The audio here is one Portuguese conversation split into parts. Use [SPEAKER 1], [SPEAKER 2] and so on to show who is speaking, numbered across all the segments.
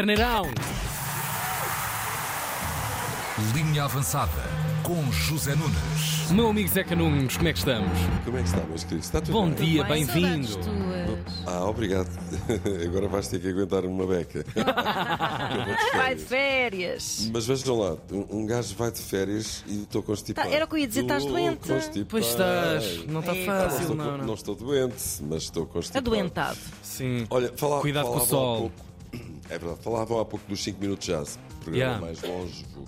[SPEAKER 1] Carneirão!
[SPEAKER 2] Linha avançada com José Nunes.
[SPEAKER 1] Meu amigo Zeca Nunes, como é que estamos?
[SPEAKER 3] Como é que está, meus queridos? Está tudo
[SPEAKER 1] Bom
[SPEAKER 3] bem?
[SPEAKER 1] dia,
[SPEAKER 4] Bem,
[SPEAKER 1] bem-vindo!
[SPEAKER 4] saudades tuas.
[SPEAKER 3] Ah, obrigado. Agora vais ter que aguentar uma beca. Que eu vou de
[SPEAKER 4] Vai de
[SPEAKER 3] férias.
[SPEAKER 4] férias.
[SPEAKER 3] Mas vejam lá, um, um gajo vai de férias e estou constipado.
[SPEAKER 4] Tá, era o que eu ia dizer, estás
[SPEAKER 3] Estou
[SPEAKER 4] doente?
[SPEAKER 3] constipado.
[SPEAKER 1] Pois estás, não está
[SPEAKER 3] Não
[SPEAKER 4] É,
[SPEAKER 1] fácil,
[SPEAKER 3] estou,
[SPEAKER 1] não, não.
[SPEAKER 3] estou doente, mas estou
[SPEAKER 4] Tipo,
[SPEAKER 3] constipado.
[SPEAKER 4] Adoentado.
[SPEAKER 1] Sim.
[SPEAKER 3] Olha, fala,
[SPEAKER 1] Cuidado com o
[SPEAKER 3] falavam
[SPEAKER 1] sol.
[SPEAKER 3] há pouco- é verdade, falavam há pouco dos 5 minutos jazz, programa
[SPEAKER 1] Yeah. Uhum.
[SPEAKER 3] mais longevo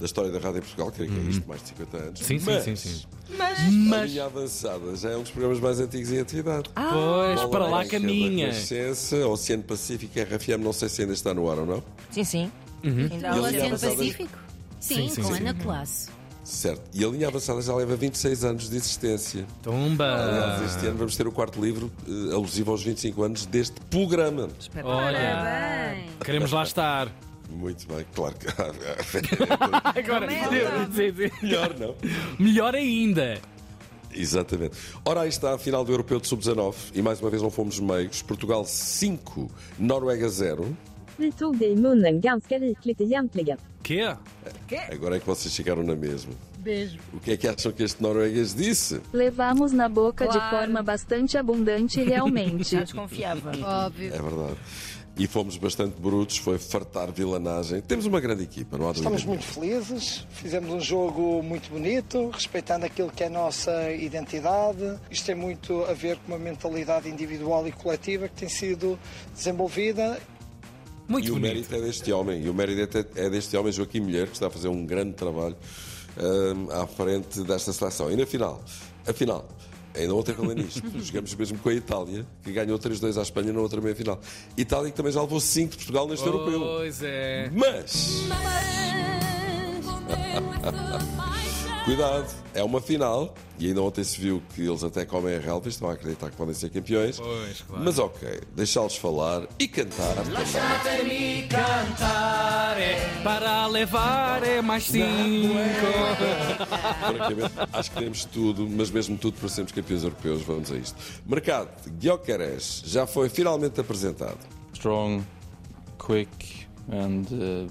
[SPEAKER 3] da história da rádio em Portugal, creio que é isto, mais de 50 anos.
[SPEAKER 1] Sim, sim,
[SPEAKER 3] Mas
[SPEAKER 1] sim, sim.
[SPEAKER 3] A linha avançada já é um dos programas mais antigos em
[SPEAKER 4] Ah,
[SPEAKER 3] atividade.
[SPEAKER 1] Pois, para lá
[SPEAKER 3] Branca da
[SPEAKER 1] caminha.
[SPEAKER 3] Renascença, Oceano Pacífico, RFM, não sei se ainda está no ar ou não.
[SPEAKER 4] Sim, sim. Ainda há assim.
[SPEAKER 3] E
[SPEAKER 5] O
[SPEAKER 3] a linha
[SPEAKER 4] Oceano
[SPEAKER 5] Oceano
[SPEAKER 3] avançada-
[SPEAKER 5] Pacífico?
[SPEAKER 1] Sim,
[SPEAKER 5] Sim,
[SPEAKER 1] sim,
[SPEAKER 5] com
[SPEAKER 1] sim.
[SPEAKER 5] Ana Colasso.
[SPEAKER 3] Certo. E a linha avançada já leva 26 anos de existência. Aliás,
[SPEAKER 1] Tumba!
[SPEAKER 3] este ano vamos ter o quarto livro eh, alusivo aos 25 anos deste programa.
[SPEAKER 1] Olha,
[SPEAKER 5] Bem.
[SPEAKER 1] queremos lá estar.
[SPEAKER 3] Muito bem, claro que. é
[SPEAKER 1] Agora, sim, sim.
[SPEAKER 3] Melhor, não?
[SPEAKER 1] melhor ainda!
[SPEAKER 3] Exatamente. Ora, aí está a final do Europeu de Sub-19 e mais uma vez não fomos meios. Portugal 5, Noruega 0.
[SPEAKER 6] Vi tog det i munnen ganska rikligt egentligen.
[SPEAKER 1] Quê?
[SPEAKER 3] Agora é que vocês chegaram na mesma. Beijo. O que é que acham que este norueguês disse?
[SPEAKER 7] Levamos na boca de
[SPEAKER 4] Claro.
[SPEAKER 7] forma bastante abundante realmente.
[SPEAKER 4] Já desconfiava.
[SPEAKER 5] Óbvio.
[SPEAKER 3] É verdade. E fomos bastante brutos, foi fartar vilanagem. Temos uma grande equipa, não há dúvida.
[SPEAKER 8] Estamos muito felizes, fizemos um jogo muito bonito, respeitando aquilo que é a nossa identidade. Isto tem muito a ver com uma mentalidade individual e coletiva que tem sido desenvolvida.
[SPEAKER 1] Muito
[SPEAKER 3] e o
[SPEAKER 1] bonito.
[SPEAKER 3] mérito é deste homem, e o mérito é- é deste homem, Joaquim Mulher, que está a fazer um grande trabalho hum, à frente desta seleção. E na final, afinal, ainda ontem falei nisto, jogamos mesmo com a Itália, que ganhou 3-2 à Espanha na outra meia-final. Itália que também já levou 5 de Portugal neste europeu.
[SPEAKER 1] Pois é.
[SPEAKER 3] Mas, cuidado, é uma final, e ainda ontem se viu que eles até comem a relva, estão a acreditar que podem ser campeões.
[SPEAKER 1] Pois, claro.
[SPEAKER 3] Mas ok, deixá-los falar e cantar.
[SPEAKER 1] Lasciatemi cantare é para levare mais
[SPEAKER 3] é
[SPEAKER 1] cinco.
[SPEAKER 3] Francamente, acho que temos tudo, mas mesmo tudo para sermos campeões europeus, vamos a isto. Mercado, Guiocares já foi finalmente apresentado.
[SPEAKER 9] strong, quick, and uh,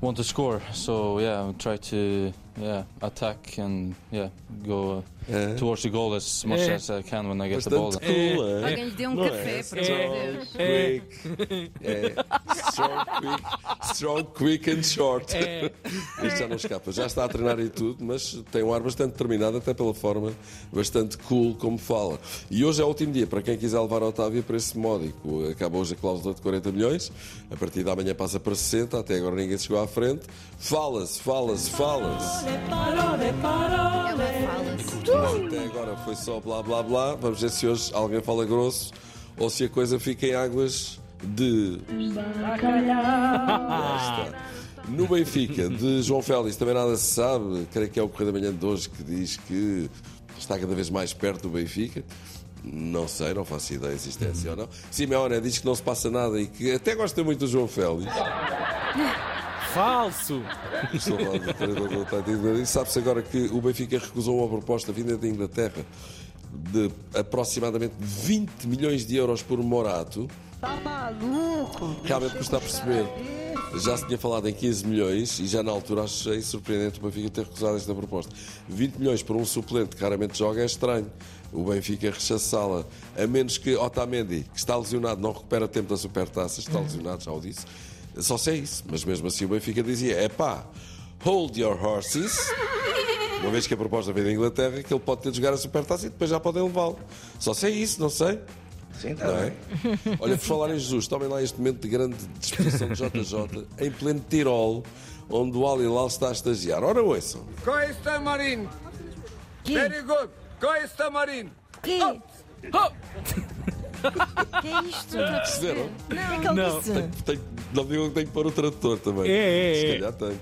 [SPEAKER 9] want to score. So yeah, try to yeah attack and yeah go uh,
[SPEAKER 3] É.
[SPEAKER 9] towards the goal as much
[SPEAKER 1] Yeah.
[SPEAKER 9] as I can when I get the ball.
[SPEAKER 3] Bastante cool, é?
[SPEAKER 5] Alguém lhe deu um
[SPEAKER 3] Não
[SPEAKER 5] café,
[SPEAKER 3] é?
[SPEAKER 5] por amor de Deus.
[SPEAKER 1] É.
[SPEAKER 3] Quick, é, strong, quick, strong, quick and short.
[SPEAKER 1] É.
[SPEAKER 3] Isto já não escapa. Já está a treinar e tudo, mas tem um ar bastante determinado, até pela forma bastante cool como fala. E hoje é o último dia para quem quiser levar a Otávio para esse módico. Acaba hoje a cláusula de 40 milhões. A partir da manhã passa para 60. Até agora ninguém chegou à frente. Fala-se, fala-se, fala-se.
[SPEAKER 5] É uma fala.
[SPEAKER 3] Até agora foi só blá blá blá. Vamos ver se hoje alguém fala grosso ou se a coisa fica em águas de. Lá está. No Benfica, de João Félix, também nada se sabe. Creio que é o Correio da Manhã de hoje que diz que está cada vez mais perto do Benfica. Não sei, não faço ideia se isto é assim ou não. Simeone diz que não se passa nada e que até gosta muito do João Félix.
[SPEAKER 1] Falso.
[SPEAKER 3] Estou lá do treinador do Tati de Madrid. E Sabe-se agora que o Benfica recusou uma proposta vinda da Inglaterra de aproximadamente 20 milhões de euros por Morato. Está maluco? Realmente custa a perceber. Já se tinha falado em 15 milhões e já na altura achei surpreendente o Benfica ter recusado esta proposta. 20 milhões por um suplente que raramente joga é estranho. O Benfica rechaçá-la, a menos que Otamendi, que está lesionado, não recupera tempo da supertaça, está lesionado, já o disse. Só sei isso, mas mesmo assim o Benfica dizia: é pá, hold your horses. Uma vez que a proposta veio da Inglaterra, que ele pode ter de jogar a supertaça e depois já podem levá-lo. Só sei isso, não sei.
[SPEAKER 8] Sim, está
[SPEAKER 3] Não é? Olha, por falar em Jesus, tomem lá este momento de grande disposição de JJ em pleno Tirol, onde o Al Hilal está a estagiar. Ora, ouçam.
[SPEAKER 4] Que? Que é isto?
[SPEAKER 3] Perceberam?
[SPEAKER 4] O que é que ele
[SPEAKER 1] Não.
[SPEAKER 4] disse?
[SPEAKER 3] Tenho- não digam que tenho que pôr o tradutor também.
[SPEAKER 1] É, é,
[SPEAKER 3] Se
[SPEAKER 1] é.
[SPEAKER 3] calhar tenho.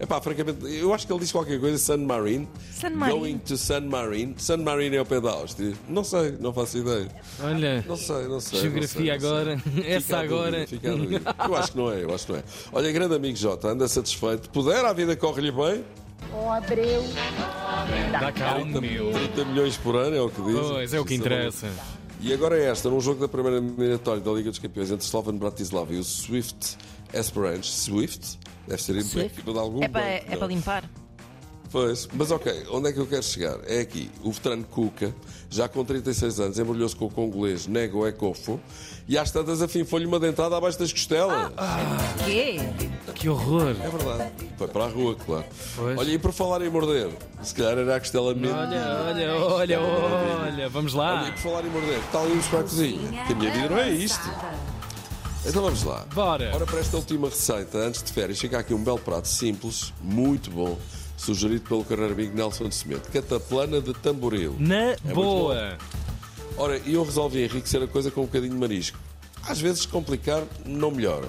[SPEAKER 3] É pá, francamente, eu acho que ele diz qualquer coisa, San Marino.
[SPEAKER 4] San Marino.
[SPEAKER 3] Going to San Marino. San Marino é o pé da Áustria. Não sei, não faço ideia.
[SPEAKER 1] Olha,
[SPEAKER 3] Não sei, não sei. não sei,
[SPEAKER 1] geografia
[SPEAKER 3] não sei.
[SPEAKER 1] agora. Essa
[SPEAKER 3] Fica a dúvida,
[SPEAKER 1] agora.
[SPEAKER 3] fica a dúvida. Eu acho que não é, eu acho que não é. Olha, grande amigo Jota, anda satisfeito. Puder, a vida corre-lhe bem.
[SPEAKER 1] Dá cá o meu.
[SPEAKER 3] 30 milhões por ano é o que diz.
[SPEAKER 1] Pois, é o que interessa.
[SPEAKER 3] E agora é esta, num jogo da primeira eliminatória da Liga dos Campeões entre Slovan Bratislava e o Swift Esperange, Swift, deve ser implícito de algum
[SPEAKER 4] É para,
[SPEAKER 3] banco,
[SPEAKER 4] é
[SPEAKER 3] não
[SPEAKER 4] para limpar?
[SPEAKER 3] Pois, mas ok, onde é que eu quero chegar? É aqui. O veterano Cuca, já com 36 anos, embrulhou-se com o congolês Nego Ekofo e às tantas, afim, foi-lhe uma dentada abaixo das costelas.
[SPEAKER 1] Ah,
[SPEAKER 4] Quê?
[SPEAKER 1] Que horror.
[SPEAKER 3] É verdade. Foi para a rua, claro.
[SPEAKER 1] Pois.
[SPEAKER 3] Olha, e por falar em morder, se calhar era a costela mesmo.
[SPEAKER 1] Olha,
[SPEAKER 3] é
[SPEAKER 1] olha, olha, olha. Vamos lá.
[SPEAKER 3] Olha, e por falar em morder, está ali um para a cozinha. Que a minha vida não é isto. Então vamos lá.
[SPEAKER 1] Bora.
[SPEAKER 3] Ora, para esta última receita, antes de férias, fica aqui um belo prato simples, muito bom, sugerido pelo carreiro amigo Nelson de Cimento. Cataplana de tamboril.
[SPEAKER 1] Na
[SPEAKER 3] é muito
[SPEAKER 1] boa.
[SPEAKER 3] Ora, e eu resolvi enriquecer a coisa com um bocadinho de marisco. Às vezes complicar não melhora.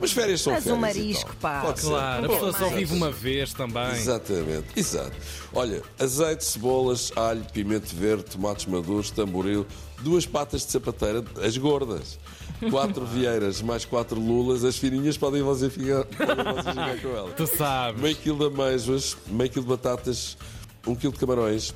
[SPEAKER 3] Mas férias são
[SPEAKER 4] Mas o
[SPEAKER 3] férias.
[SPEAKER 4] marisco,
[SPEAKER 3] e tal.
[SPEAKER 4] pá.
[SPEAKER 3] Pode ser.
[SPEAKER 1] Claro, a
[SPEAKER 3] Bom,
[SPEAKER 1] pessoa só
[SPEAKER 3] exato.
[SPEAKER 1] vive um uma vez também.
[SPEAKER 3] Exatamente, exato. Olha, azeite, cebolas, alho, pimento verde, tomates maduros, tamboril, duas patas de sapateira, as gordas, quatro vieiras, mais quatro lulas, as fininhas podem vocês ficar, podem vocês ficar com elas.
[SPEAKER 1] Tu sabes.
[SPEAKER 3] Meio quilo de amêijoas, meio quilo de batatas, um quilo de camarões.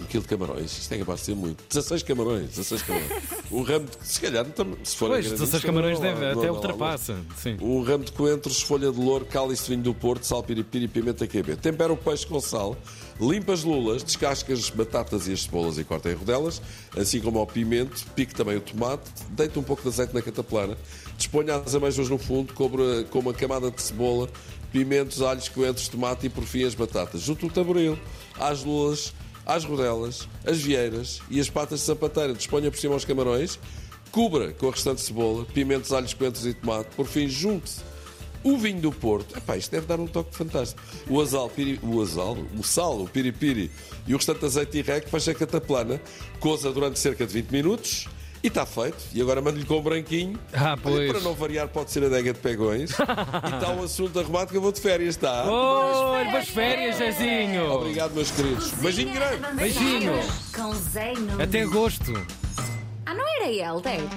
[SPEAKER 3] Um quilo de camarões, isto é capaz de ser muito. 16 camarões, 16 camarões. Um ramo de. Se calhar, não tam- se for
[SPEAKER 1] Pois, 16
[SPEAKER 3] agradinhos, também
[SPEAKER 1] camarões
[SPEAKER 3] não há-
[SPEAKER 1] deve,
[SPEAKER 3] não-
[SPEAKER 1] até
[SPEAKER 3] não há muito.
[SPEAKER 1] ultrapassa. Sim.
[SPEAKER 3] Um ramo de coentros, folha de louro, cálice de vinho do Porto, sal, piripiri, pimenta QB. Tempera o peixe com sal, limpa as lulas, descasca as batatas e as cebolas e corta em rodelas, assim como ao pimento, pique também o tomate, deita um pouco de azeite na cataplana, disponha as amêijoas no fundo, cobra com uma camada de cebola, pimentos, alhos, coentros, tomate e por fim as batatas. Junto o tamboril, às lulas, às rodelas, as vieiras e as patas de sapateira. Disponha por cima aos camarões, Cubra com a restante cebola, pimentos, alhos, coentros e tomate. Por fim, junte o vinho do Porto. Epá, isto deve dar um toque fantástico. O azal, piri- o, azal o sal, o piripiri e o restante azeite e rec, fecha a cataplana, coza durante cerca de 20 minutos e está feito. E agora mando-lhe com um branquinho.
[SPEAKER 1] Ah,
[SPEAKER 3] Olha,
[SPEAKER 1] pois.
[SPEAKER 3] para não variar, pode ser a adega de pegões. e está o assunto arrumado que eu vou de férias, está?
[SPEAKER 1] Olha, boas férias, Zezinho.
[SPEAKER 3] Obrigado, meus queridos. Beijinho grande.
[SPEAKER 1] Beijinho.
[SPEAKER 5] Com Zé Nunes.
[SPEAKER 1] Até gosto.
[SPEAKER 5] Ah, não era ele, é?